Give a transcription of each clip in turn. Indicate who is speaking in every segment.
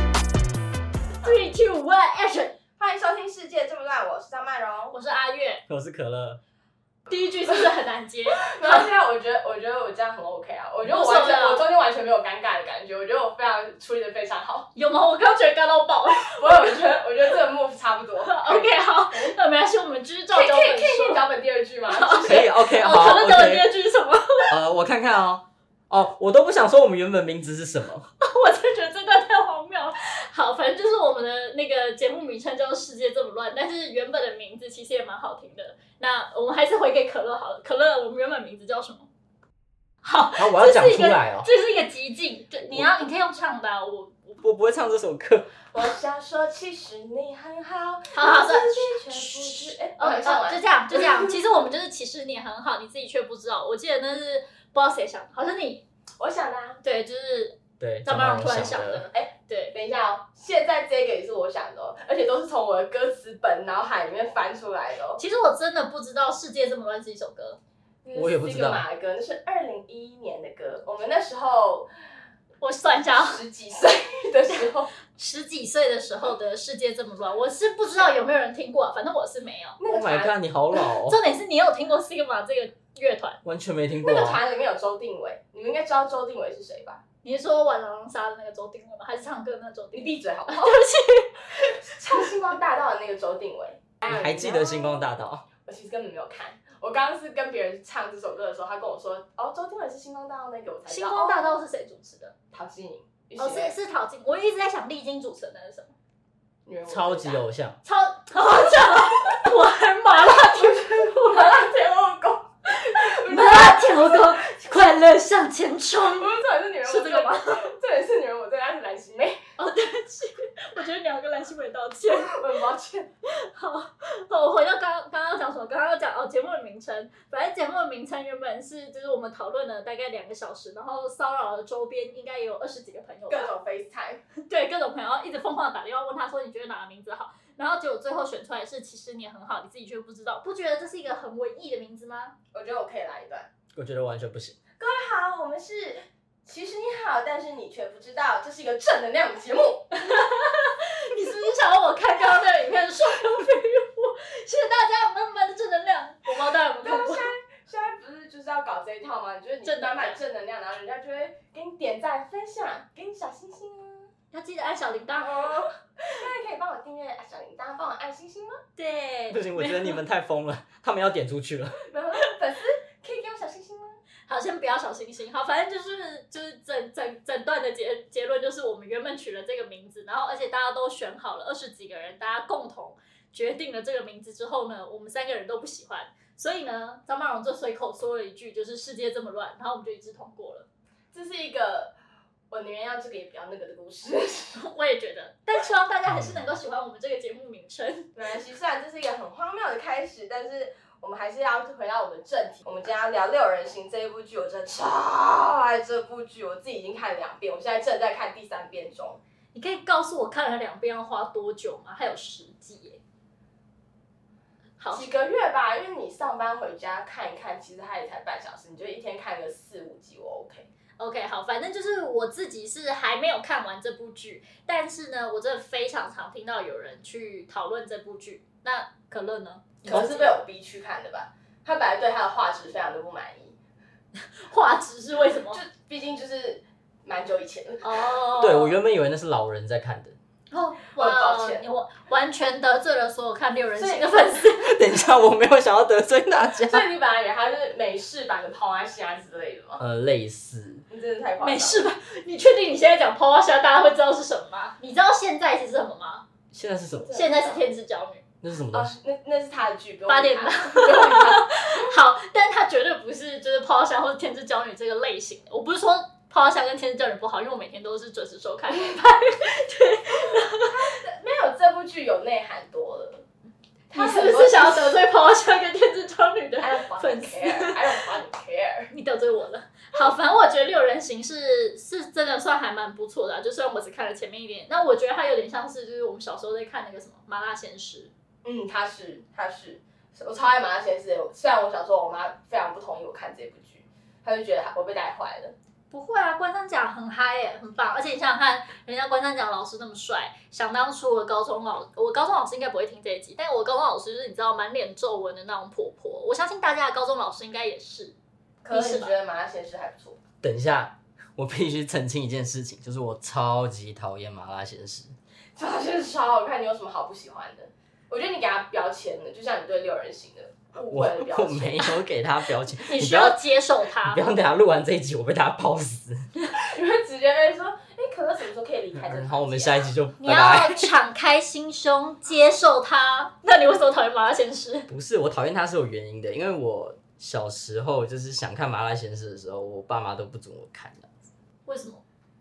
Speaker 1: 是可乐。
Speaker 2: 第一句是不是很难接？
Speaker 3: 然后现在我觉得，我觉得我这样很 OK 啊，我觉得我完全，
Speaker 2: 我受不了
Speaker 3: 我中间完全没有尴尬的感觉，我觉得我非常处理的非常好。
Speaker 2: 有吗？我刚觉得刚到爆。
Speaker 3: 我我觉得，我觉得这个 move 差不多。
Speaker 2: OK，好， 那没关系，我们就是照
Speaker 3: 可以
Speaker 2: 脚
Speaker 3: 可以可
Speaker 2: 本
Speaker 3: 以可以
Speaker 2: 说。
Speaker 3: 脚本第 二句吗？
Speaker 1: 可以，OK，
Speaker 2: 哦，
Speaker 1: 好
Speaker 2: 可乐脚本第
Speaker 1: ，OK，
Speaker 2: 二句是什么？
Speaker 1: 呃，我看看哦。哦，我都不想说我们原本名字是什么。
Speaker 2: 我真觉得这段太荒谬了。好，反正就是我们的那个节目名称叫《做《世界这么乱》，但是原本的名字其实也蛮好听的。那我们还是回给可乐好了。可乐，我们原本名字叫什么？好，
Speaker 1: 然后我要讲
Speaker 2: 这是一
Speaker 1: 出
Speaker 2: 个
Speaker 1: 来哦。
Speaker 2: 这是一个极境，就你要你可以用唱的啊、我我
Speaker 1: 我不会唱这首歌。
Speaker 3: 我想说，其实你很好，
Speaker 2: 好好
Speaker 3: 你
Speaker 2: 算
Speaker 3: 自己却不知。哎，
Speaker 2: 哦，
Speaker 3: 我上
Speaker 2: 哦就
Speaker 3: 完
Speaker 2: 这样，就这样。其实我们就是歧视你很好，你自己却不知道。我记得那是不知道谁想的，好像你
Speaker 3: 我想的啊。
Speaker 2: 对，就是
Speaker 1: 对，
Speaker 2: 张班荣突
Speaker 1: 想
Speaker 2: 然想的。
Speaker 3: 哎，
Speaker 2: 对，
Speaker 3: 等一下哦，现在这个也是我想的哦，而且都是从我的歌词本脑海里面翻出来的哦。
Speaker 2: 其实我真的不知道《世界这么乱》是一首歌，
Speaker 1: 我也不知道
Speaker 3: 那是一个马的歌，那是二零一一年的歌，我们那时候
Speaker 2: 我算一下啊。
Speaker 3: 十几岁的时候，
Speaker 2: 十几岁的时候的世界这么乱，我是不知道有没有人听过、啊，反正我是没有。
Speaker 3: 那个
Speaker 1: Oh my
Speaker 3: 团
Speaker 1: god，你好老哦，
Speaker 2: 重点是你有听过 Sigma 这个乐团？
Speaker 1: 完全没听过
Speaker 3: 那个
Speaker 1: 啊。
Speaker 3: 团里面有周定伟，你们应该知道周定伟是谁吧？
Speaker 2: 你是说玩狼人杀的那个周定伟吗？还是唱歌的那个周定
Speaker 3: 你
Speaker 2: 伟？
Speaker 3: 闭嘴好不
Speaker 2: 对
Speaker 3: 好？
Speaker 2: 不
Speaker 3: 唱《星光大道》的那个周定伟，哎
Speaker 1: 你还记得《星光大道
Speaker 3: 我其实根本没有看。我刚刚是跟别人唱这首歌的时候，他跟我说：“哦，周定伟是《星光大道》那个，我才
Speaker 2: 起，
Speaker 3: 知
Speaker 2: 星
Speaker 3: 道。
Speaker 2: 光大
Speaker 3: 哦
Speaker 2: 道是谁主持的？
Speaker 3: 陶晶莹，于
Speaker 2: 哦，
Speaker 3: 心
Speaker 2: 是
Speaker 3: 妍
Speaker 2: 是陶晶，我一直在想丽晶主持的那是什么？
Speaker 3: 女人》？
Speaker 1: 超级偶像。
Speaker 2: 超好笑，我还麻辣
Speaker 3: 麻辣天后宫，
Speaker 2: 麻辣条哥，快乐向前
Speaker 3: 我
Speaker 2: 冲。
Speaker 3: 们重点是女人，
Speaker 2: 是 这个 吗？
Speaker 3: 重点是女人，我最爱是蓝心湄，
Speaker 2: 哦，对不起，我觉得你要跟蓝心湄道歉。
Speaker 3: 我很抱歉。
Speaker 2: 好，好，我回到刚刚刚刚讲什么？刚刚要讲哦，节目的名称。反正节目的名称原本是就是我们讨论了大概两个小时，然后骚扰了周边应该也有二十几个朋友吧，
Speaker 3: 各种 FaceTime，
Speaker 2: 对各种朋友一直疯狂地打电话问他说你觉得哪个名字好，然后结果最后选出来是其实你很好，你自己却不知道，不觉得这是一个很文艺的名字吗？
Speaker 3: 我觉得我可以来一段。
Speaker 1: 我觉得完全不行。
Speaker 3: 好，我们是其实你好，但是你却不知道，这是一个正能量的节目。
Speaker 2: 你是不是想要我看刚刚那个影片说服我？谢谢大家满满的正能量，我不知道大家有没有看过。
Speaker 3: 现在不是就是要搞这一套吗？就是你
Speaker 2: 正能量
Speaker 3: 满满正能量，然后人家就会给你点赞、分享，给你小星星啊。
Speaker 2: 要记得按小铃铛哦。
Speaker 3: 哦，大家可以帮我订阅小铃铛，帮我按星星吗？
Speaker 2: 对，
Speaker 1: 不行，我觉得你们太疯了，他们要点出去了。
Speaker 3: 然后粉丝可以给我小星星吗？
Speaker 2: 好，先不要小星星。好，反正就是就是整整整段的结结论就是，我们原本取了这个名字，然后而且大家都选好了，二十几个人，大家共同决定了这个名字之后呢，我们三个人都不喜欢，所以呢，张曼荣就随口说了一句，就是世界这么乱，然后我们就一致通过了。
Speaker 3: 这是一个我宁愿要这个也不要那个的故事。
Speaker 2: 我也觉得，但希望大家还是能够喜欢我们这个节目名称。
Speaker 3: 没关系，虽然这是一个很荒谬的开始，但是我们还是要回到我们正题。我们今天要聊《六人行》这一部剧，我真的超爱这部剧，我自己已经看了两遍，我现在正在看第三遍中。
Speaker 2: 你可以告诉我看了两遍要花多久吗？还有十集耶。好，
Speaker 3: 几个月吧，因为你上班回家看一看，其实它也才半小时，你就一天看个四五集，我 OK。
Speaker 2: OK，好，反正就是我自己是还没有看完这部剧，但是呢，我真的非常常听到有人去讨论这部剧。那可乐呢？
Speaker 3: 可能是被我逼去看的吧，他本来对他的画质非常的不满意，
Speaker 2: 画质是为什么
Speaker 3: 就？毕竟就是蛮久以前了。
Speaker 2: 哦，
Speaker 1: 对我原本以为那是老人在看的。
Speaker 2: 哦，
Speaker 3: 我抱
Speaker 2: 哇，
Speaker 3: 歉
Speaker 2: 你我完全得罪了所有看六人
Speaker 3: 所以
Speaker 2: 行的粉丝。
Speaker 1: 等一下，我没有想要得罪大家。
Speaker 3: 所以你本来以为他是美式版的抛阿西啊之类的吗？
Speaker 1: 呃，类似，
Speaker 3: 你真的太夸张。
Speaker 2: 没，事吧？你确定你现在讲抛花虾，大家会知道是什么吗？啊你知道现在是什么吗？
Speaker 1: 现在是什么？
Speaker 2: 现在是天之娇女。
Speaker 1: 那是什么
Speaker 3: 哦
Speaker 1: 东西？，
Speaker 3: 那那是他的剧，不用
Speaker 2: 八点
Speaker 3: 理
Speaker 2: 半
Speaker 3: 他不用理他。
Speaker 2: 好，但是它绝对不是就是泡泡虾或者天之娇女这个类型的。我不是说泡泡虾跟天之娇女不好，因为我每天都是准时收看。
Speaker 3: 没有这部剧有内涵多了。
Speaker 2: 你是 不是想要得罪泡泡虾跟天之娇女的？
Speaker 3: I don't fucking
Speaker 2: 粉丝
Speaker 3: care，I don't fucking care。
Speaker 2: 你得罪我了。好，反正我觉得六人行是是真的算还蛮不错的啊、就虽然我只看了前面一点，那我觉得它有点像是就是我们小时候在看那个什么麻辣鲜师。
Speaker 3: 嗯，他是他是，我超爱麻辣鲜师的。虽然我小时候我妈非常不同意我看这部剧，她就觉得我被带坏了。
Speaker 2: 不会啊，关山奖很嗨耶、很棒。而且你想想看，人家关山奖老师那么帅，想当初我高中老我高中老师应该不会听这一集，但我高中老师就是你知道满脸皱纹的那种婆婆，我相信大家的高中老师应该也是。
Speaker 3: 可
Speaker 2: 是
Speaker 3: 是你
Speaker 2: 吧
Speaker 3: 觉得麻辣鲜师还不错？
Speaker 1: 等一下，我必须澄清一件事情，就是我超级讨厌麻辣鲜师。
Speaker 3: 麻辣鲜师超好看，你有什么好不喜欢的？我觉得你给他标签了，就像你对六人行的误
Speaker 1: 我
Speaker 3: 会的标
Speaker 1: 我
Speaker 3: 签
Speaker 1: 没。 有给他表情，
Speaker 2: 你
Speaker 1: 你
Speaker 2: 需
Speaker 1: 不要
Speaker 2: 要接受它
Speaker 1: 不。要等下录完这一集，我被他泡死。
Speaker 3: 你会直接被说，哎、可乐什么时候可以离开这个房间啊？
Speaker 1: 然后我们下一集就
Speaker 2: 你
Speaker 1: 拜拜。
Speaker 2: 要敞开心胸接受它。那你为什么讨厌麻辣鲜师？
Speaker 1: 不是我讨厌他是有原因的，因为我小时候就是想看麻辣鲜师的时候，我爸妈都不准我看的，
Speaker 2: 为什么？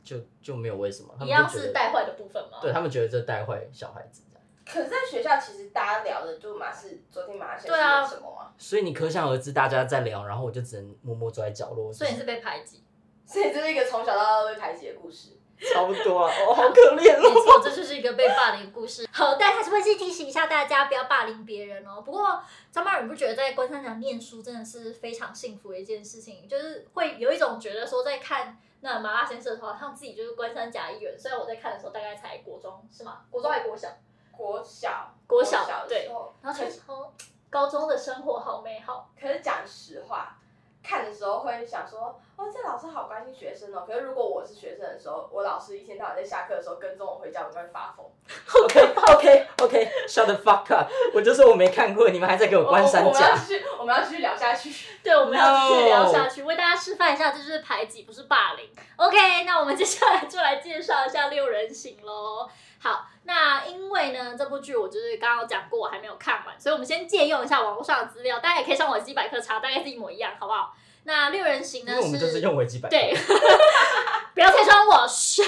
Speaker 1: 就就没有为什么，他
Speaker 2: 一
Speaker 1: 们就
Speaker 2: 样
Speaker 1: 觉
Speaker 2: 是
Speaker 1: 得
Speaker 2: 带坏的部分吗？
Speaker 1: 对他们觉得这带坏小孩子这样，
Speaker 3: 可是，在学校其实大家聊的就马是昨天马来西
Speaker 2: 对啊
Speaker 3: 亚是什么啊？
Speaker 1: 所以你可想而知大家在聊，然后我就只能默默坐在角落，
Speaker 2: 所以你
Speaker 1: 就是
Speaker 2: 被排挤。
Speaker 3: 所以这是一个从小到大都被排挤的故事。
Speaker 1: 差不多啊，哦，好可 怜
Speaker 2: 没
Speaker 1: 哦。
Speaker 2: 错，这就是一个被霸凌的故事。 好，但还是会去提醒一下大家，不要霸凌别人哦。不过张曼，你不觉得在关山奖念书真的是非常幸福的一件事情？就是会有一种觉得说，在看那麻辣先生的时候，他们自己就是关山甲一员。虽然我在看的时候大概才国中，是吗？国中还国小，
Speaker 3: 国小，
Speaker 2: 国小
Speaker 3: 的时候，
Speaker 2: 然后就说高中的生活好美好。
Speaker 3: 可是讲实话，看的时候会想说，哦，这老师好关心学生哦。可是如果我是学生的时候，我老师一天到晚在下课的时候跟踪我回家，我应该会发疯。
Speaker 1: OK OK OK，shut、the fuck up！我就说我没看过，你们还在给我关
Speaker 3: 我
Speaker 1: 山
Speaker 3: 哦我们要
Speaker 1: 甲
Speaker 3: 继。续，我们要继续聊下去。
Speaker 2: 对，我们要继续聊
Speaker 1: No
Speaker 2: 下去，为大家示范一下，这就是排挤，不是霸凌。OK，那我们接下来就来介绍一下《六人行》喽。好，那因为呢，这部剧我就是刚刚有讲过，我还没有看完，所以我们先借用一下网络上的资料，大家也可以上维基百科查，大概是一模一样，好不好？那《六人行》
Speaker 1: 因
Speaker 2: 呢
Speaker 1: 为我们就是用维基百科，
Speaker 2: 对， 不要拆穿我。嘘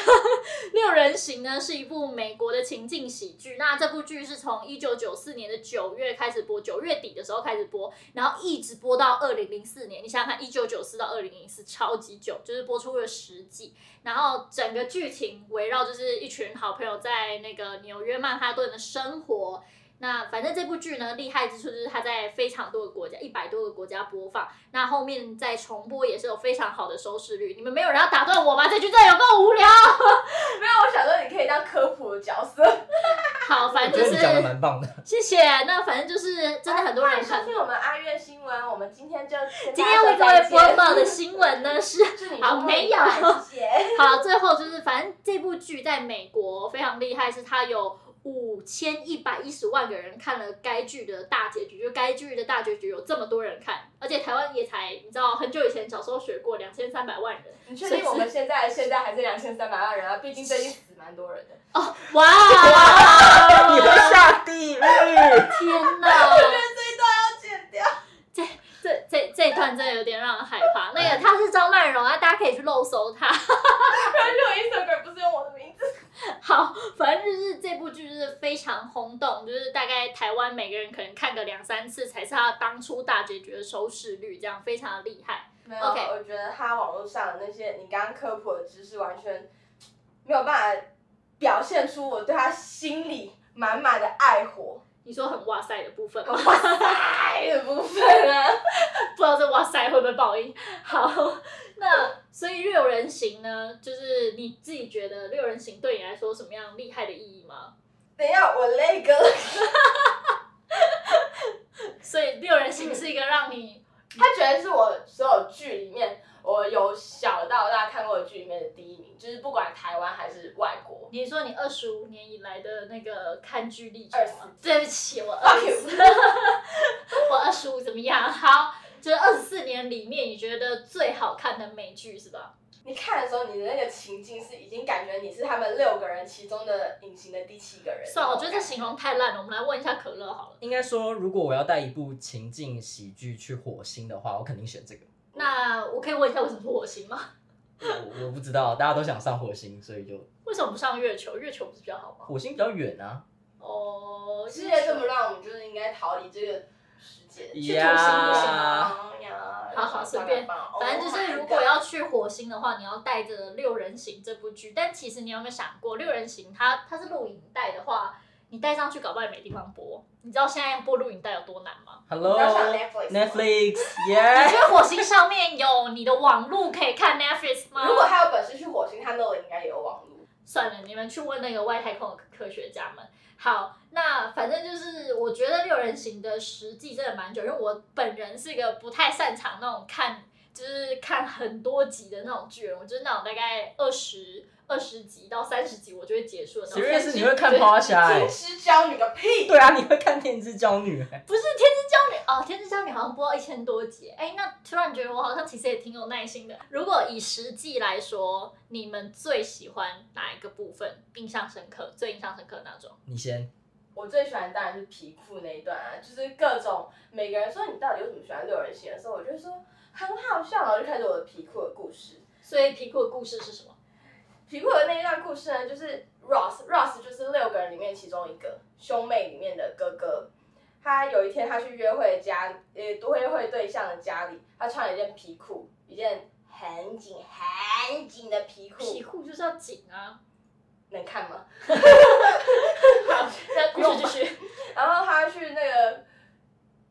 Speaker 2: 六人行呢是一部美国的情境喜剧，那这部剧是从一九九四年的九月开始播，九月底的时候开始播，然后一直播到二零零四年。你想想看，一九九四到二零零四超级久，就是播出了十季。然后整个剧情围绕就是一群好朋友在那个纽约曼哈顿的生活。那反正这部剧呢，厉害之处就是它在非常多个国家，一百多个国家播放。那后面再重播也是有非常好的收视率。你们没有人要打断我吗？这句真的有够无聊。
Speaker 3: 没有，我想说你可以当科普的角色。
Speaker 2: 好，反
Speaker 1: 我
Speaker 2: 正
Speaker 1: 觉
Speaker 2: 就
Speaker 1: 得你讲的
Speaker 2: 是
Speaker 1: 蛮棒的。
Speaker 2: 谢谢。那反正就是真的很多人
Speaker 3: 欢迎收
Speaker 2: 看。
Speaker 3: 听哎我们阿月新闻，我们今天就跟大家
Speaker 2: 今天为各
Speaker 3: 说再
Speaker 2: 位
Speaker 3: 见
Speaker 2: 播报的新闻呢是
Speaker 3: 祝你
Speaker 2: 好
Speaker 3: 生活
Speaker 2: 没
Speaker 3: 愉
Speaker 2: 有
Speaker 3: 快谢谢。
Speaker 2: 好，最后就是，反正这部剧在美国非常厉害，是它有五千一百一十万个人看了该剧的大结局，就该剧的大结局有这么多人看，而且台湾也才你知道很久以前小时候学过两千三百万人，
Speaker 3: 你确定我们现在现在还是两千三百万人啊？毕竟最近死蛮多人的。
Speaker 2: 哇！ 呃
Speaker 1: 你会下 地狱！
Speaker 2: 天哪！
Speaker 3: 这一段要剪 掉。
Speaker 2: 这这这一段真的有点让人害怕。那个他是张曼荣啊，大家可以去漏搜他。
Speaker 3: 而且我 Instagram 不是用我的名字。
Speaker 2: 好，反正就是这部剧就是非常轰动，就是大概台湾每个人可能看个两三次才是他当初大结局的收视率，这样非常的厉害。
Speaker 3: 没有
Speaker 2: OK
Speaker 3: 我觉得他网络上的那些你刚刚科普的知识完全没有办法表现出我对他心里满满的爱火。
Speaker 2: 你说很哇塞的部分吗？
Speaker 3: 哇塞的部分啊，
Speaker 2: 不知道这哇塞会不会爆音。好，那所以六人行呢，就是你自己觉得六人行对你来说有什么样厉害的意义吗？
Speaker 3: 等一下我那个了，
Speaker 2: 所以六人行是一个让你
Speaker 3: 他觉得是我所有剧里面我由小到大看过的剧里面的第一名，就是不管台湾还是外国。
Speaker 2: 你说你二十五年以来的那个看剧历程吗？
Speaker 3: 24
Speaker 2: 对不起，我二
Speaker 3: Fuck
Speaker 2: 十
Speaker 3: you
Speaker 2: 我二十五怎么样？好，就是二十四年里面，你觉得最好看的美剧是吧？
Speaker 3: 你看的时候，你的那个情境是已经感觉你是他们六个人其中的隐形的第七个人。
Speaker 2: 啊算了，我觉得这形容太烂了。我们来问一下可乐好了。
Speaker 1: 应该说，如果我要带一部情境喜剧去火星的话，我肯定选这个。
Speaker 2: 那我可以问一下为什么是火星吗？
Speaker 1: 我我不知道，大家都想上火星，所以就
Speaker 2: 为什么不上月球？月球不是比较好吗？
Speaker 1: 火星比较远啊。
Speaker 2: 哦，
Speaker 3: 世界这么乱，我们就是应该逃离这个世界。
Speaker 2: 土星不行
Speaker 1: 呀
Speaker 2: 好好随便反
Speaker 3: Oh
Speaker 2: 正就是，如果要去火星的话，你要带着《六人行》这部剧。但其实你有没有想过，《六人行》它它是录影带的话，你带上去，搞不好也没地方播。你知道现在播录影带有多难吗？
Speaker 1: Hello
Speaker 3: 你要上 Netflix 吗
Speaker 1: Netflix
Speaker 3: 哎
Speaker 2: 你
Speaker 1: yeah，
Speaker 2: 去火星上面有你的网路可以看 Netflix 吗？
Speaker 3: 如果他有本事去火星，他那里应该也有网络。
Speaker 2: 算了，你们去问那个外太空的科学家们。好，那反正就是我觉得六人行的实际真的蛮久，因为我本人是一个不太擅长那种看，就是看很多集的那种剧人，我就是那种大概二十二十集到三十集我就会结束的那种。
Speaker 1: Seriously，你会看
Speaker 2: 对
Speaker 1: Pasha 哎
Speaker 3: 天？之骄女个屁！
Speaker 1: 对啊，你会看《天之娇女》哎？
Speaker 2: 不是《天之娇女》哦，《天之娇女》好像播到一千多集。哎，那突然觉得我好像其实也挺有耐心的。如果以实际来说，你们最喜欢哪一个部分？印象深刻，最印象深刻那种？
Speaker 1: 你先，
Speaker 3: 我最喜欢当然是皮裤那一段啊，就是各种每个人说你到底为什么喜欢六人行的时候，我就会说很好笑，然后就开始我的皮裤的故事。
Speaker 2: 所以皮裤的故事是什么？
Speaker 3: 皮裤的那一段故事呢，就是 Ross Ross 就是六个人里面其中一个兄妹里面的哥哥。他有一天他去约会家，呃，多约会对象的家里，他穿了一件皮裤，一件很紧很紧的皮裤，
Speaker 2: 皮裤就是要紧啊。
Speaker 3: 能看吗？
Speaker 2: 好， 那故事继续。
Speaker 3: 然后他去那个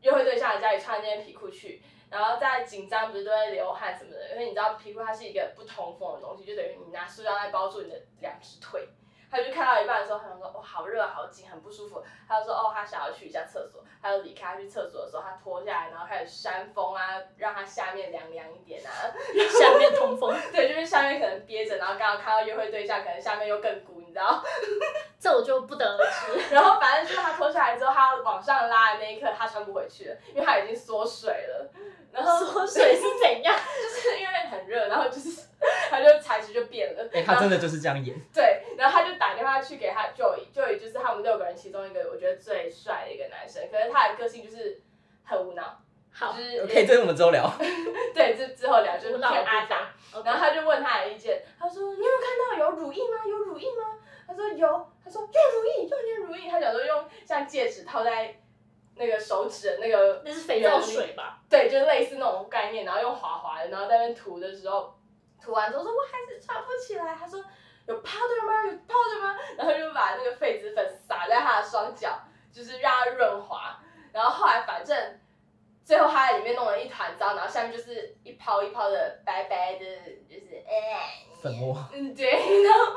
Speaker 3: 约会对象的家里穿那件皮裤去，然后在紧张不是都会流汗什么的，因为你知道皮裤它是一个不通风的东西，就等于你拿塑料袋包住你的两只腿。他就看到一半的时候，他想说：“哦，好热，好紧，很不舒服。”他就说：“哦，他想要去一下厕所。”他就离开，他去厕所的时候，他脱下来，然后开始扇风啊，让他下面凉凉一点啊。
Speaker 2: 下面通风，
Speaker 3: 对，就是下面可能憋着，然后刚好看到约会对象，可能下面又更鼓，你知道？
Speaker 2: 这我就不得而 知。
Speaker 3: 然后反正就是他脱下来之后，他往上拉的那一刻，他穿不回去了，因为他已经缩水了。然后
Speaker 2: 缩水是怎样？
Speaker 3: 就是因为很热，然后就是 他就材质就变了。
Speaker 1: 哎，他真的就是这样 演，
Speaker 3: 对，然后他就打电话去给他 Joey，Joey 就是他们六个人其中一个我觉得最帅的一个男生，可是他的个性就是很无脑，就
Speaker 2: 好，
Speaker 3: 是
Speaker 1: OK，这个我们之后聊。
Speaker 3: 对，之之后聊就是
Speaker 2: 哦无
Speaker 3: 偏
Speaker 2: 脑的
Speaker 3: 阿
Speaker 2: 部
Speaker 3: 达
Speaker 2: 分。。OK
Speaker 3: 然后他就问他的意见，他说：“你有没有看到有乳液吗？有乳液吗？”他说：“有。”他说：“用乳液，用点乳液。”他想说用像戒指套在那个手指的那个，
Speaker 2: 那是肥皂水吧？
Speaker 3: 对，就是类似那种概念，然后用滑滑的，然后在那边涂的时候，涂完之后说：“我还是穿不起来。”他说：“有 powder 吗？有 powder 吗？”然后就把那个痱子粉撒在他的双脚，就是让它润滑。然后后来反正。最后他在里面弄了一团糟，然后下面就是一泡一泡的白白的，就是哎、
Speaker 1: 粉末，
Speaker 3: 嗯，对， 然后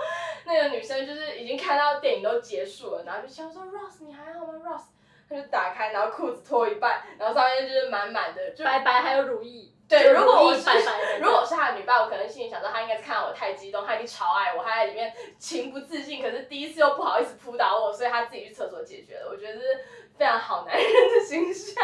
Speaker 3: 那个女生就是已经看到电影都结束了，然后就笑说 Rose 你还好吗 Rose？她就打开，然后裤子脱一半，然后上面就是满满的，就
Speaker 2: 白白还有乳液。
Speaker 3: 对。
Speaker 2: 就
Speaker 3: 如果我
Speaker 2: 乳液
Speaker 3: 是
Speaker 2: 白白的，
Speaker 3: 如果我是她的女伴，我可能心里想说她应该是看到我太激动，她已经超爱我，她在里面情不自禁，可是第一次又不好意思扑倒我，所以她自己去厕所解决了。我觉得这是非常好男人的形象。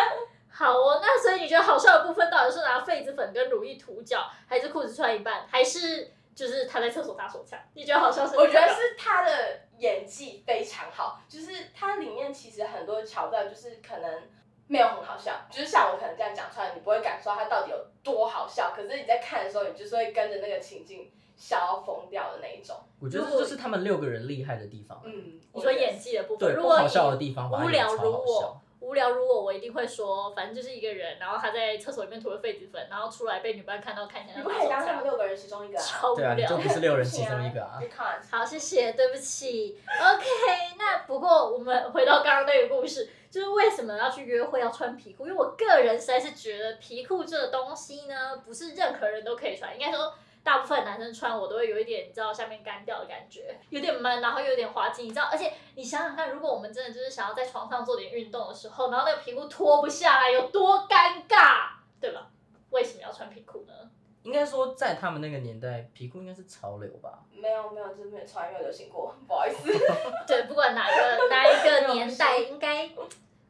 Speaker 2: 好哦，那所以你觉得好笑的部分到底是拿痱子粉跟乳液涂脚，还是裤子穿一半，还是就是他在厕所打手枪？你觉得好笑 是？
Speaker 3: 我觉得是他的演技非常好，就是它里面其实很多桥段就是可能没有很好笑，就是像我可能这样讲出来，你不会感受到它到底有多好笑，可是你在看的时候，你就是会跟着那个情境笑到疯掉的那一种。
Speaker 1: 我觉得这就是他们六个人厉害的地方。
Speaker 3: 嗯，
Speaker 2: 你说演技的部分，
Speaker 1: 对，
Speaker 2: 如
Speaker 1: 不
Speaker 2: 果
Speaker 1: 好
Speaker 2: 以
Speaker 1: 笑的地方，把它
Speaker 2: 无
Speaker 1: 演
Speaker 2: 聊
Speaker 1: 得
Speaker 2: 如
Speaker 1: 超好
Speaker 2: 我
Speaker 1: 笑。
Speaker 2: 无聊如我，我一定会说，反正就是一个人，然后他在厕所里面涂了痱子粉，然后出来被女伴看到，看起来
Speaker 3: 你
Speaker 2: 很
Speaker 3: 不
Speaker 2: 手
Speaker 3: 可以当他们
Speaker 2: 样，
Speaker 3: 六个人其中一个啊。
Speaker 2: 超无
Speaker 1: 对啊，你
Speaker 2: 聊
Speaker 1: 就。不是六人其中一个啊
Speaker 3: 不。行啊 You
Speaker 2: 好，谢谢，对不起。OK，那不过我们回到刚刚那个故事，就是为什么要去约会要穿皮裤？因为我个人实在是觉得皮裤这个东西呢，不是任何人都可以穿，应该说。大部分男生穿我都会有一点，你知道下面干掉的感觉，有点闷，然后又有点滑稽，你知道？而且你想想看，如果我们真的就是想要在床上做点运动的时候，然后那个皮裤脱不下来，有多尴尬，对吧？为什么要穿皮裤呢？
Speaker 1: 应该说，在他们那个年代，皮裤应该是潮流吧？
Speaker 3: can't，没有没有，这边从来没有流行过， 不好意思。
Speaker 2: 对，不管哪个哪一个年代，应该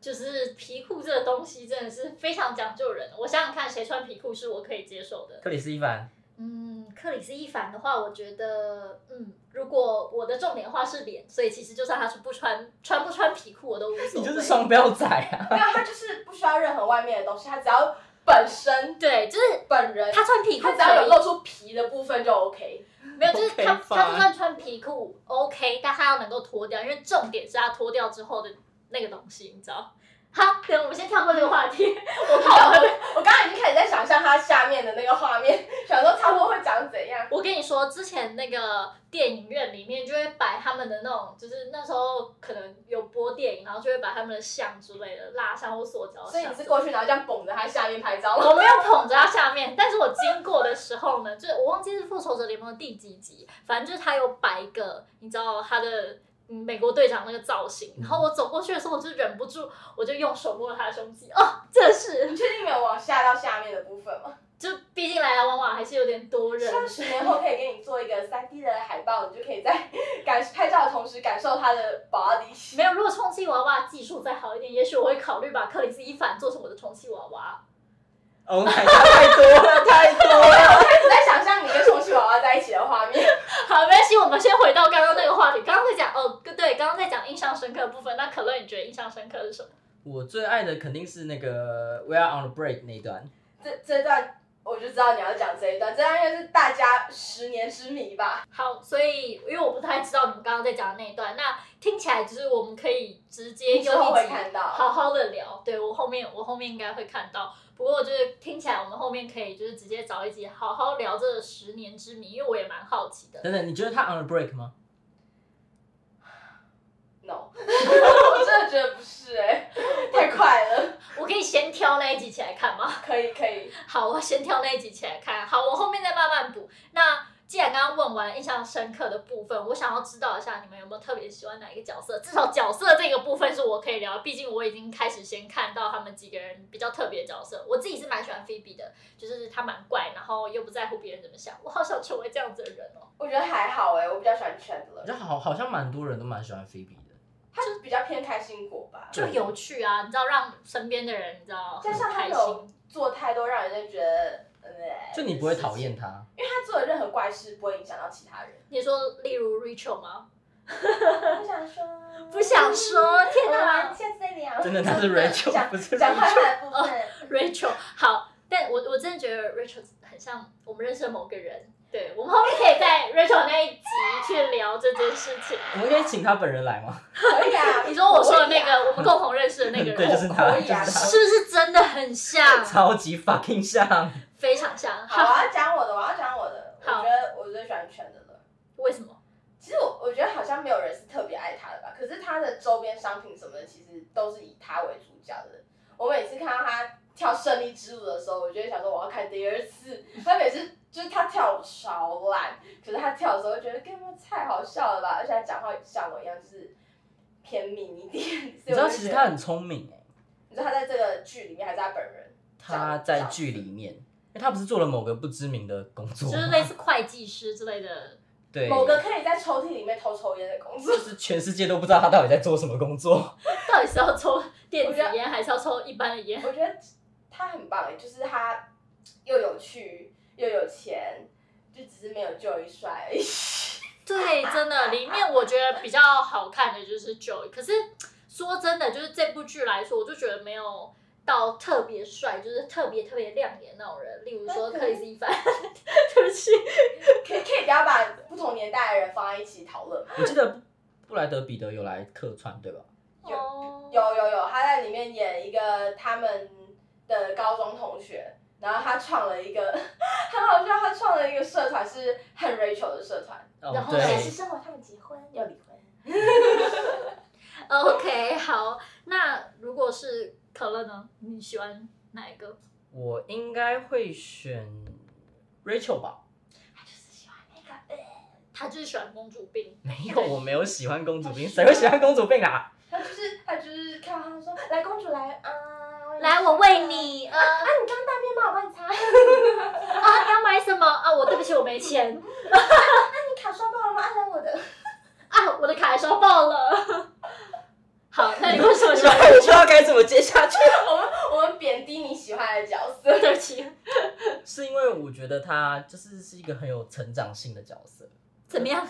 Speaker 2: 就是皮裤这个东西真的是非常讲究人的。我想想看，谁穿皮裤是我可以接受的。
Speaker 1: 克里斯蒂凡，
Speaker 2: 嗯，克里斯一凡的话，我觉得，嗯，如果我的重点话是脸，所以其实就算他是不穿穿不穿皮裤，我都无所
Speaker 1: 你
Speaker 2: 谓。
Speaker 1: 就是双标仔 啊！
Speaker 3: 没有，他就是不需要任何外面的东西，他只要本身
Speaker 2: 对，就是
Speaker 3: 本人，
Speaker 2: 他穿皮裤
Speaker 3: 他只要有
Speaker 2: 可以
Speaker 3: 露出皮的部分就 OK。
Speaker 2: 没有，就是
Speaker 1: OK，
Speaker 2: 他他就
Speaker 1: fine
Speaker 2: 算穿皮裤 OK，但他要能够脱掉，因为重点是他脱掉之后的那个东西，你知道？好，等我们先跳过这个话题，我怕我
Speaker 3: 我刚刚已经开始在想象他下面的那个画面，想说差不多会长怎样。
Speaker 2: 我跟你说，之前那个电影院里面就会摆他们的那种，就是那时候可能有播电影，然后就会把他们的像之类的蜡像或塑
Speaker 1: 哦
Speaker 2: 胶
Speaker 3: 所以
Speaker 2: 像
Speaker 3: 你。是过去然后这样捧着他下面拍照吗？
Speaker 2: 我没有捧着它下面，但是我经过的时候呢，就是我忘记是复仇者联盟的第几集，反正就是他有摆一个，你知道他的嗯美国队长那个造型，然后我走过去的时候，我就忍不住，我就用手摸了他的胸肌，哦，这是
Speaker 3: 你确定没有往下到下面的部分吗？
Speaker 2: 就毕竟来来往往还是有点多人，
Speaker 3: 像十年后可以给你做一个三 D 的海报，你就可以在感拍照的同时感受它的 body。
Speaker 2: 没有，如果充气娃娃技术再好一点，也许我会考虑把克里斯一反做成我的充气娃娃。
Speaker 1: Oh my god，太多了，太多了。
Speaker 3: 开始在想象你跟充气娃娃在一起的画面，
Speaker 2: 好，没关系，我们先回到刚刚那个话题。刚刚在讲哦，对，刚刚在讲印象深刻的部分。那可乐，你觉得印象深刻是什么？
Speaker 1: 我最爱的肯定是那个 We are on the break 那一段，
Speaker 3: 这这段我就知道你要讲这一段，这段应该是大家十年之谜吧。
Speaker 2: 好，所以因为我不太知道你们刚刚在讲的那一段，那听起来就是我们可以直接
Speaker 3: 之
Speaker 2: 用
Speaker 3: 后
Speaker 2: 一
Speaker 3: 会
Speaker 2: 集
Speaker 3: 看到
Speaker 2: 好好的聊。对我后面我后面应该会看到，不过就是听起来我们后面可以就是直接找一集好好聊这十年之谜，因为我也蛮好奇的。
Speaker 1: 等等，你觉得他 on the break 吗？
Speaker 3: No，我真的觉得不是哎、太快了。
Speaker 2: 我可以先挑那一集起来看吗？
Speaker 3: 可以可以，
Speaker 2: 好，我先挑那一集起来看。好，我后面再慢慢补。那既然刚刚问完印象深刻的部分，我想要知道一下你们有没有特别喜欢哪一个角色？至少角色这个部分是我可以聊，毕竟我已经开始先看到他们几个人比较特别的角色。我自己是蛮喜欢菲比的，就是她蛮怪，然后又不在乎别人怎么想。我好想成为这样子的人哦。
Speaker 3: 我觉得还好哎、我比较喜欢
Speaker 1: 我
Speaker 3: Chandler，
Speaker 1: 觉得好，好像蛮多人都蛮喜欢菲比的。
Speaker 3: 他是比较偏开心果吧。
Speaker 2: 就有趣啊，你知道让身边的人你知道
Speaker 3: 加
Speaker 2: 很
Speaker 3: 上他
Speaker 2: 开
Speaker 3: 有
Speaker 2: 心。
Speaker 3: 做太多让人家觉得，呃
Speaker 1: 就你不会讨厌他，
Speaker 3: 因为他做的任何怪事不会影响到 其他人。
Speaker 2: 你说例如 Rachel 吗？
Speaker 3: 不想说，
Speaker 2: 不想说，天哪！
Speaker 3: 下次再聊
Speaker 1: 真的他是 Rachel，不是 Rachel。
Speaker 3: 话的部分，
Speaker 2: Rachel 好，但我我真的觉得 Rachel 很像我们认识的某个人。对，我们后面可以在 Rachel 那一集去聊这件事 情。
Speaker 1: 我们可以请他本人来吗？
Speaker 3: 可以啊。
Speaker 2: 你说我说的那
Speaker 3: 可以啊
Speaker 2: 个，我们共同认识的那个人，
Speaker 1: 对，就是他，
Speaker 3: 可
Speaker 1: 就
Speaker 3: 以啊
Speaker 1: 是
Speaker 2: 是不是真的很像
Speaker 1: 他，？超级 fucking 像。
Speaker 2: 非常 像。
Speaker 3: 好，我要讲我的，我要讲我的。我
Speaker 2: 好
Speaker 3: 觉得我最喜欢全的了。
Speaker 2: 为什么？
Speaker 3: 其实我我觉得好像没有人是特别爱他的吧，可是他的周边商品什么的，其实都是以他为主角的。我每次看到他跳胜利之舞的时候，我就会想说我要看第二次。他每次就是他跳舞超烂，可是他跳的时候，我觉得根本太好笑了吧，而且他讲话像我一样就是偏敏一点。
Speaker 1: 你知道其实他，很聪明哎，
Speaker 3: 你知道他在这个剧里面还是他本人？
Speaker 1: 他在剧里面，因为他不是做了某个不知名的工作
Speaker 2: 就
Speaker 1: 吗，
Speaker 2: 是类似会计师之类的。
Speaker 1: 对
Speaker 3: 某个可以在抽屉里面偷抽烟的工作
Speaker 1: 就。是全世界都不知道他到底在做什么 工作。
Speaker 2: 到底是要抽电子烟，还是要抽一般的烟？
Speaker 3: 我觉得他很棒，就是他又有趣又有钱，就只是没有 Joey 帅而已。
Speaker 2: 对，真的，里面我觉得比较好看的就是 Joy。可是说真的，就是这部剧来说，我就觉得没有到特别帅，就是特别特别亮眼那种人。例如说克里斯一凡， 对不起，
Speaker 3: 可以可以不要把不同年代的人放在一起讨论吗？
Speaker 1: 我记得布莱德彼得有来客串，对吧？
Speaker 3: 有
Speaker 2: 哦
Speaker 3: 有有有，他在里面演一个他们的高中同学，然后他创了一个 很好笑，他创了一个社团是很 Rachel 的社团，
Speaker 1: 哦
Speaker 2: 然，后
Speaker 1: 对
Speaker 2: 现实，
Speaker 3: 生活他们结婚又离婚。
Speaker 2: 哦 OK，好，那如果是可乐呢？你喜欢哪一个？
Speaker 1: 我应该会选 Rachel 吧？
Speaker 3: 呃
Speaker 2: 他就是喜欢公主病，
Speaker 1: 没有，我没有喜欢公主 病，谁会喜欢公主病啊？
Speaker 3: 他就是他就是看到他说来公主来啊，也
Speaker 2: 来，
Speaker 3: 是
Speaker 2: 我喂你，呃，
Speaker 3: 啊，你刚大便吗？我帮你擦。
Speaker 2: 啊，你要买什么啊？我对不起，我没钱
Speaker 3: 卡刷爆了吗？按来我的。
Speaker 2: 啊，我的卡刷爆了。 好，那你为什么喜欢？
Speaker 1: 不知道该怎么接下去。
Speaker 3: 我们我们贬低你喜欢的角 色，
Speaker 2: 对不起，
Speaker 1: 是因为我觉得她就是是一个很有成长性的角色。
Speaker 2: 怎么样？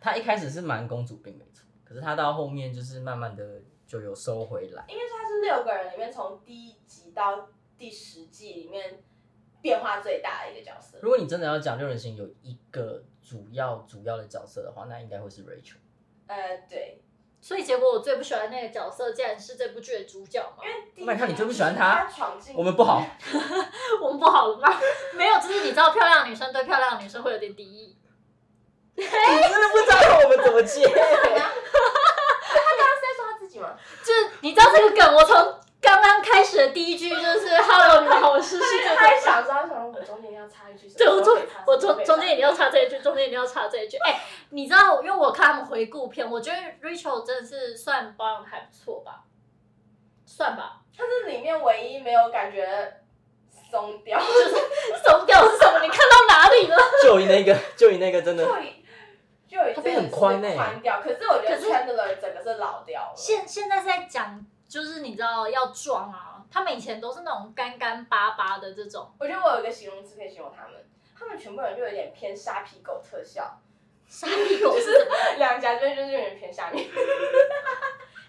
Speaker 1: 她一开始是蛮公主病没错，可是她到后面就是慢慢的就有收回来。
Speaker 3: 应该说他是六个人里面从第一集到第十季里面变化最大的一个角色。
Speaker 1: 如果你真的要讲六人行有一个主要主要的角色的话，那应该会是 Rachel。
Speaker 3: 呃，对，
Speaker 2: 所以结果我最不喜欢那个角色，竟然是这部剧的主角嘛
Speaker 3: 因？为第一
Speaker 1: Oh my god，
Speaker 3: 集
Speaker 1: 你最不喜欢他
Speaker 3: 闯进
Speaker 1: 我们不好，
Speaker 2: 我们不好了吗？没有，就是你知道，漂亮女生对漂亮女生会有点敌意。
Speaker 1: 你真的不知道我们怎么接。
Speaker 3: 啊 他是在说他自己吗？
Speaker 2: 就是你知道这个梗，我从刚刚开始的第一句就是 “Hello，你们好，我是世界
Speaker 3: 他还想说，他想说我中间要插一句什么？
Speaker 2: 对，我中
Speaker 3: 给他
Speaker 2: 我
Speaker 3: 什么
Speaker 2: 中
Speaker 3: 给他
Speaker 2: 中间一定要插这一句，中间一定要插这一句。哎、你知道，因为我看他们回顾片，我觉得 Rachel 真的是算保养得还不错吧，算吧。
Speaker 3: 他是里面唯一没有感觉松掉，就是
Speaker 2: 松掉是什么？你看到哪里了？
Speaker 1: 就你那个，就你那个真 的
Speaker 3: 就，一就有一
Speaker 1: 他变很宽欸
Speaker 3: 宽掉。可是我觉
Speaker 2: 可
Speaker 3: 得
Speaker 2: 是
Speaker 3: Chandler 整个是老掉了。
Speaker 2: 现现在是在讲，就是你知道要装啊，他们以前都是那种干干巴巴的这种，
Speaker 3: 我觉得我有一个形容词可以形容他们，他们全部人就有点偏沙皮狗特效，
Speaker 2: 沙皮狗是什么？
Speaker 3: 两颊这边就是有点偏下面，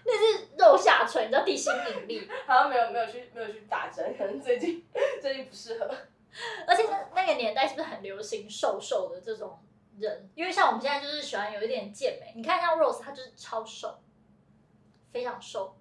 Speaker 2: 那是肉下垂，你知道地心引力。
Speaker 3: 好像没有没有去没有去打针，可能最近最近不适合。
Speaker 2: 而且那那个年代是不是很流行瘦瘦的这种人？因为像我们现在就是喜欢有一点健美，你看像 Rose，她就是超瘦，非常瘦，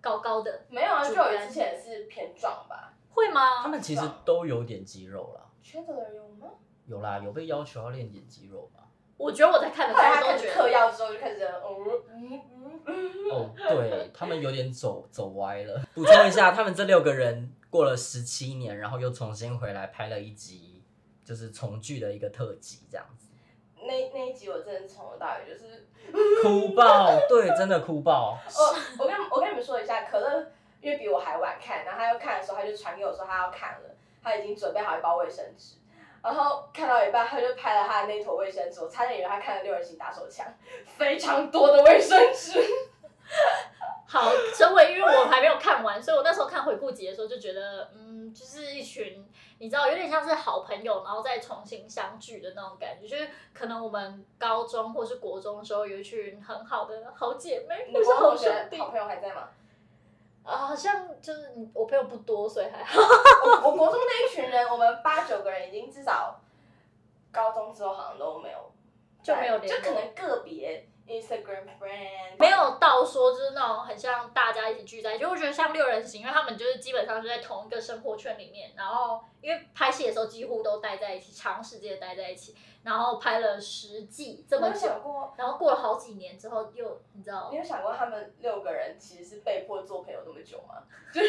Speaker 2: 高高的，
Speaker 3: 没有啊，就
Speaker 2: 主
Speaker 3: 有
Speaker 2: 干
Speaker 3: 之前是偏壮吧
Speaker 2: 会吗？
Speaker 1: 他们其实都有点肌肉啦，
Speaker 3: ，Chandler 有吗？
Speaker 1: 有啦，有被要求要练点肌肉吧？
Speaker 2: 我觉得我在看的
Speaker 3: 后来
Speaker 2: 时
Speaker 3: 他
Speaker 2: 候
Speaker 3: 开
Speaker 2: 都
Speaker 3: 始
Speaker 2: 觉
Speaker 3: 嗑
Speaker 2: 得，
Speaker 3: 药之后就开始嗯嗯嗯嗯，
Speaker 1: 哦，对他们有点走走歪了。 补充一下，他们这六个人过了十七年，然后又重新回来拍了一集，就是重聚的一个特辑，这样子，
Speaker 3: 那那一集我真的从头到尾就是
Speaker 1: 哭爆，对，真的哭爆。
Speaker 3: 我我跟我跟你们说一下，可乐因为比我还晚看，然后他要看的时候，他就传给我说他要看了，他已经准备好一包卫生纸，然后看到一半他就拍了他的那坨卫生纸，我差点以为他看了六人行打手枪，非常多的卫生纸，
Speaker 2: 好，身为因为我还没有看完，所以我那时候看回顾集的时候就觉得，嗯，就是一群你知道有点像是好朋友，然后再重新相聚的那种感觉，就是可能我们高中或是国中的时候有一群很好的好姐妹
Speaker 3: 你
Speaker 2: 或
Speaker 3: 的
Speaker 2: 是
Speaker 3: 高中
Speaker 2: 好
Speaker 3: 同
Speaker 2: 兄
Speaker 3: 学
Speaker 2: 弟
Speaker 3: 好朋友还在吗？
Speaker 2: 啊，好像就是你我朋友不多，所以还好。
Speaker 3: 我我国中那一群人，我们八九个人已经至少高中之后好像都没有
Speaker 2: 就没有联
Speaker 3: 就
Speaker 2: 络
Speaker 3: 可能个别 Instagram friend
Speaker 2: 没有到说就是那种很像大家一起聚在一起，我觉得像六人行，因为他们就是基本上就在同一个生活圈里面，然后因为拍戏的时候几乎都待在一起，长时间待在一起，然后拍了十季这
Speaker 3: 我
Speaker 2: 么
Speaker 3: 有
Speaker 2: 久
Speaker 3: 想，过，
Speaker 2: 然后过了好几年之后又你知道
Speaker 3: 你，有想过他们六个人其实是被迫做朋友那么久吗？
Speaker 2: 就
Speaker 3: 其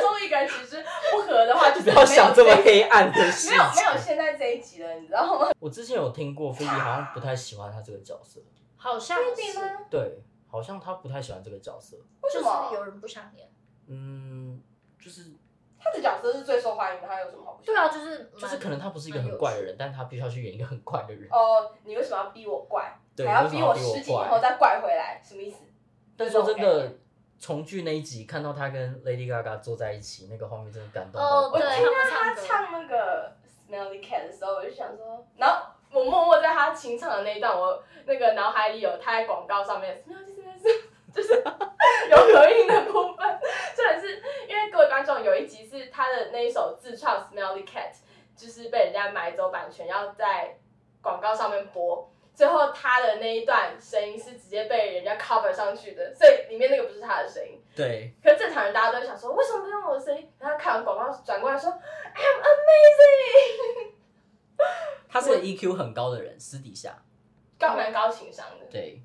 Speaker 3: 中一个人其实不合 的话，就是
Speaker 1: 不要想这么
Speaker 3: 没有
Speaker 1: 黑暗的事
Speaker 3: 没有没有
Speaker 1: 情。
Speaker 3: 现在这一集了，你知道吗？
Speaker 1: 我之前有听过菲比好像不太喜欢他这个角色，
Speaker 2: 好像是
Speaker 3: 吗？
Speaker 1: 对，好像他不太喜欢这个角色。
Speaker 3: 啊 为什
Speaker 2: 就是
Speaker 3: 么？
Speaker 2: 有人不想演，
Speaker 1: 嗯，就是
Speaker 3: 他的角色是最受欢迎的，他有什么好不喜
Speaker 2: 对
Speaker 3: 欢？
Speaker 2: 啊，就是
Speaker 1: 就是
Speaker 2: 蛮
Speaker 1: 可能他不是一个很怪的人，但他必须要去演一个很怪的人。
Speaker 3: 哦，你为什么要逼我怪？
Speaker 1: 对，
Speaker 3: 还要
Speaker 1: 为什
Speaker 3: 逼
Speaker 1: 么要
Speaker 3: 我
Speaker 1: 逼
Speaker 3: 十几
Speaker 1: 我
Speaker 3: 年后
Speaker 1: 怪？
Speaker 3: 再怪回来，什么意思？
Speaker 1: 但说真
Speaker 3: 这种概
Speaker 1: 的，重聚那一集看到他跟 Lady Gaga 坐在一起，那个画面真的感动
Speaker 2: 哦
Speaker 1: 到
Speaker 3: 我
Speaker 1: 爆。
Speaker 3: 听
Speaker 2: 对
Speaker 3: 到他
Speaker 2: 他们
Speaker 3: 唱
Speaker 2: 唱
Speaker 3: 那个 Smelly Cat 的时候，我就想说，然后我默默在他清唱的那一段，我那个脑海里有他在广告上面 Smelly Cat，就是 有合音的部分。真的是因为各位观众有一集是他的那一首自创 Smelly Cat，就是被人家买走版权，要在广告上面播。最后他的那一段声音是直接被人家 cover 上去的，所以里面那个不是他的声音。
Speaker 1: 对，
Speaker 3: 可是正常人大家都会想说，为什么不用我的声音？然后看完广告转过来说，I'm amazing，
Speaker 1: 他是个 EQ 很高的人，私底下
Speaker 3: 高蛮高情商的。
Speaker 1: 对，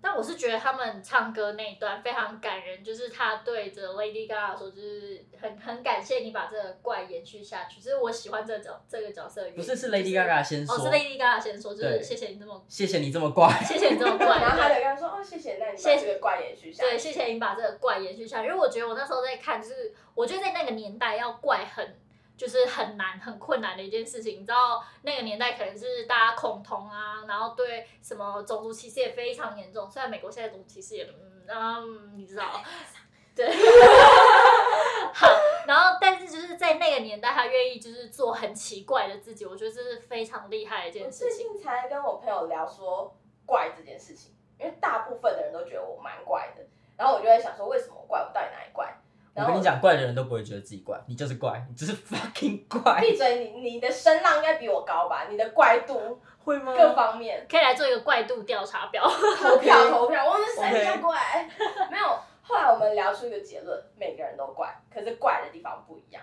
Speaker 2: 但我是觉得他们唱歌那一段非常感人，就是他对着 Lady Gaga 说，就是很很感谢你把这个怪延续下去，就是我喜欢这个角这个角色的原因。
Speaker 1: 不是是
Speaker 2: 就是
Speaker 1: Lady Gaga 先
Speaker 2: 哦，
Speaker 1: 说
Speaker 2: 是，Lady Gaga 先说，就是
Speaker 1: 对
Speaker 2: 谢谢你这么
Speaker 1: 谢谢你这么怪。
Speaker 2: 谢谢你这么 怪，
Speaker 3: 然后他
Speaker 2: 对
Speaker 3: 就跟他说，哦，谢谢，那你
Speaker 2: 谢
Speaker 3: 把
Speaker 2: 谢
Speaker 3: 这个怪延续下。
Speaker 2: 对，谢谢你把这个怪延续下来，因为我觉得我那时候在看，就是我觉得在那个年代要怪很。就是很难、很困难的一件事情，你知道那个年代可能是大家恐同啊，然后对什么种族歧视也非常严重。虽然美国现在种族歧视也，嗯，嗯你知 道，对，好，然后但是就是在那个年代，他愿意就是做很奇怪的自己，我觉得这是非常厉害的一
Speaker 3: 我
Speaker 2: 件
Speaker 3: 最
Speaker 2: 事情。
Speaker 3: 近才跟我朋友聊说怪这件事情，因为大部分的人都觉得我蛮怪的，然后我就在想说，为什么我怪？我到底哪里怪？
Speaker 1: 我
Speaker 3: 然后
Speaker 1: 跟你讲，怪的人都不会觉得自己怪，你就是怪，你就是 fucking 怪，
Speaker 3: 闭嘴！你你的声浪应该比我高吧？你的怪度
Speaker 1: 会吗
Speaker 3: 各方面，
Speaker 2: 可以来做一个怪度调查表。
Speaker 3: 投票
Speaker 1: OK
Speaker 3: 投票，我们谁比较
Speaker 1: OK
Speaker 3: 怪？ 没有。后来我们聊出一个结论，每个人都怪，可是怪的地方不一样。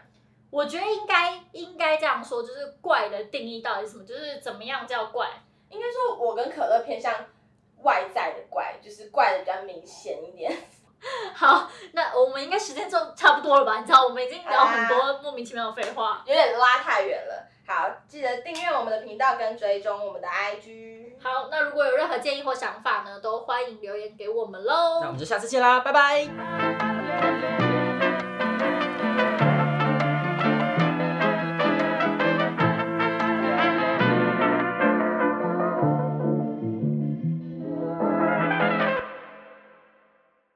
Speaker 2: 我觉得应该应该这样说，就是怪的定义到底是什么？就是怎么样叫怪？
Speaker 3: 应该说，我跟可乐偏向外在的怪，就是怪的比较明显一点。
Speaker 2: 好，那我们应该时间就差不多了吧？你知道，我们已经聊很多莫名其妙的废话。
Speaker 3: 有点拉太远了。好，记得订阅我们的频道跟追踪我们的 IG。
Speaker 2: 好，那如果有任何建议或想法呢，都欢迎留言给我们
Speaker 1: 那我
Speaker 2: 喽
Speaker 1: 们。就下次见啦，拜拜。
Speaker 2: 拜拜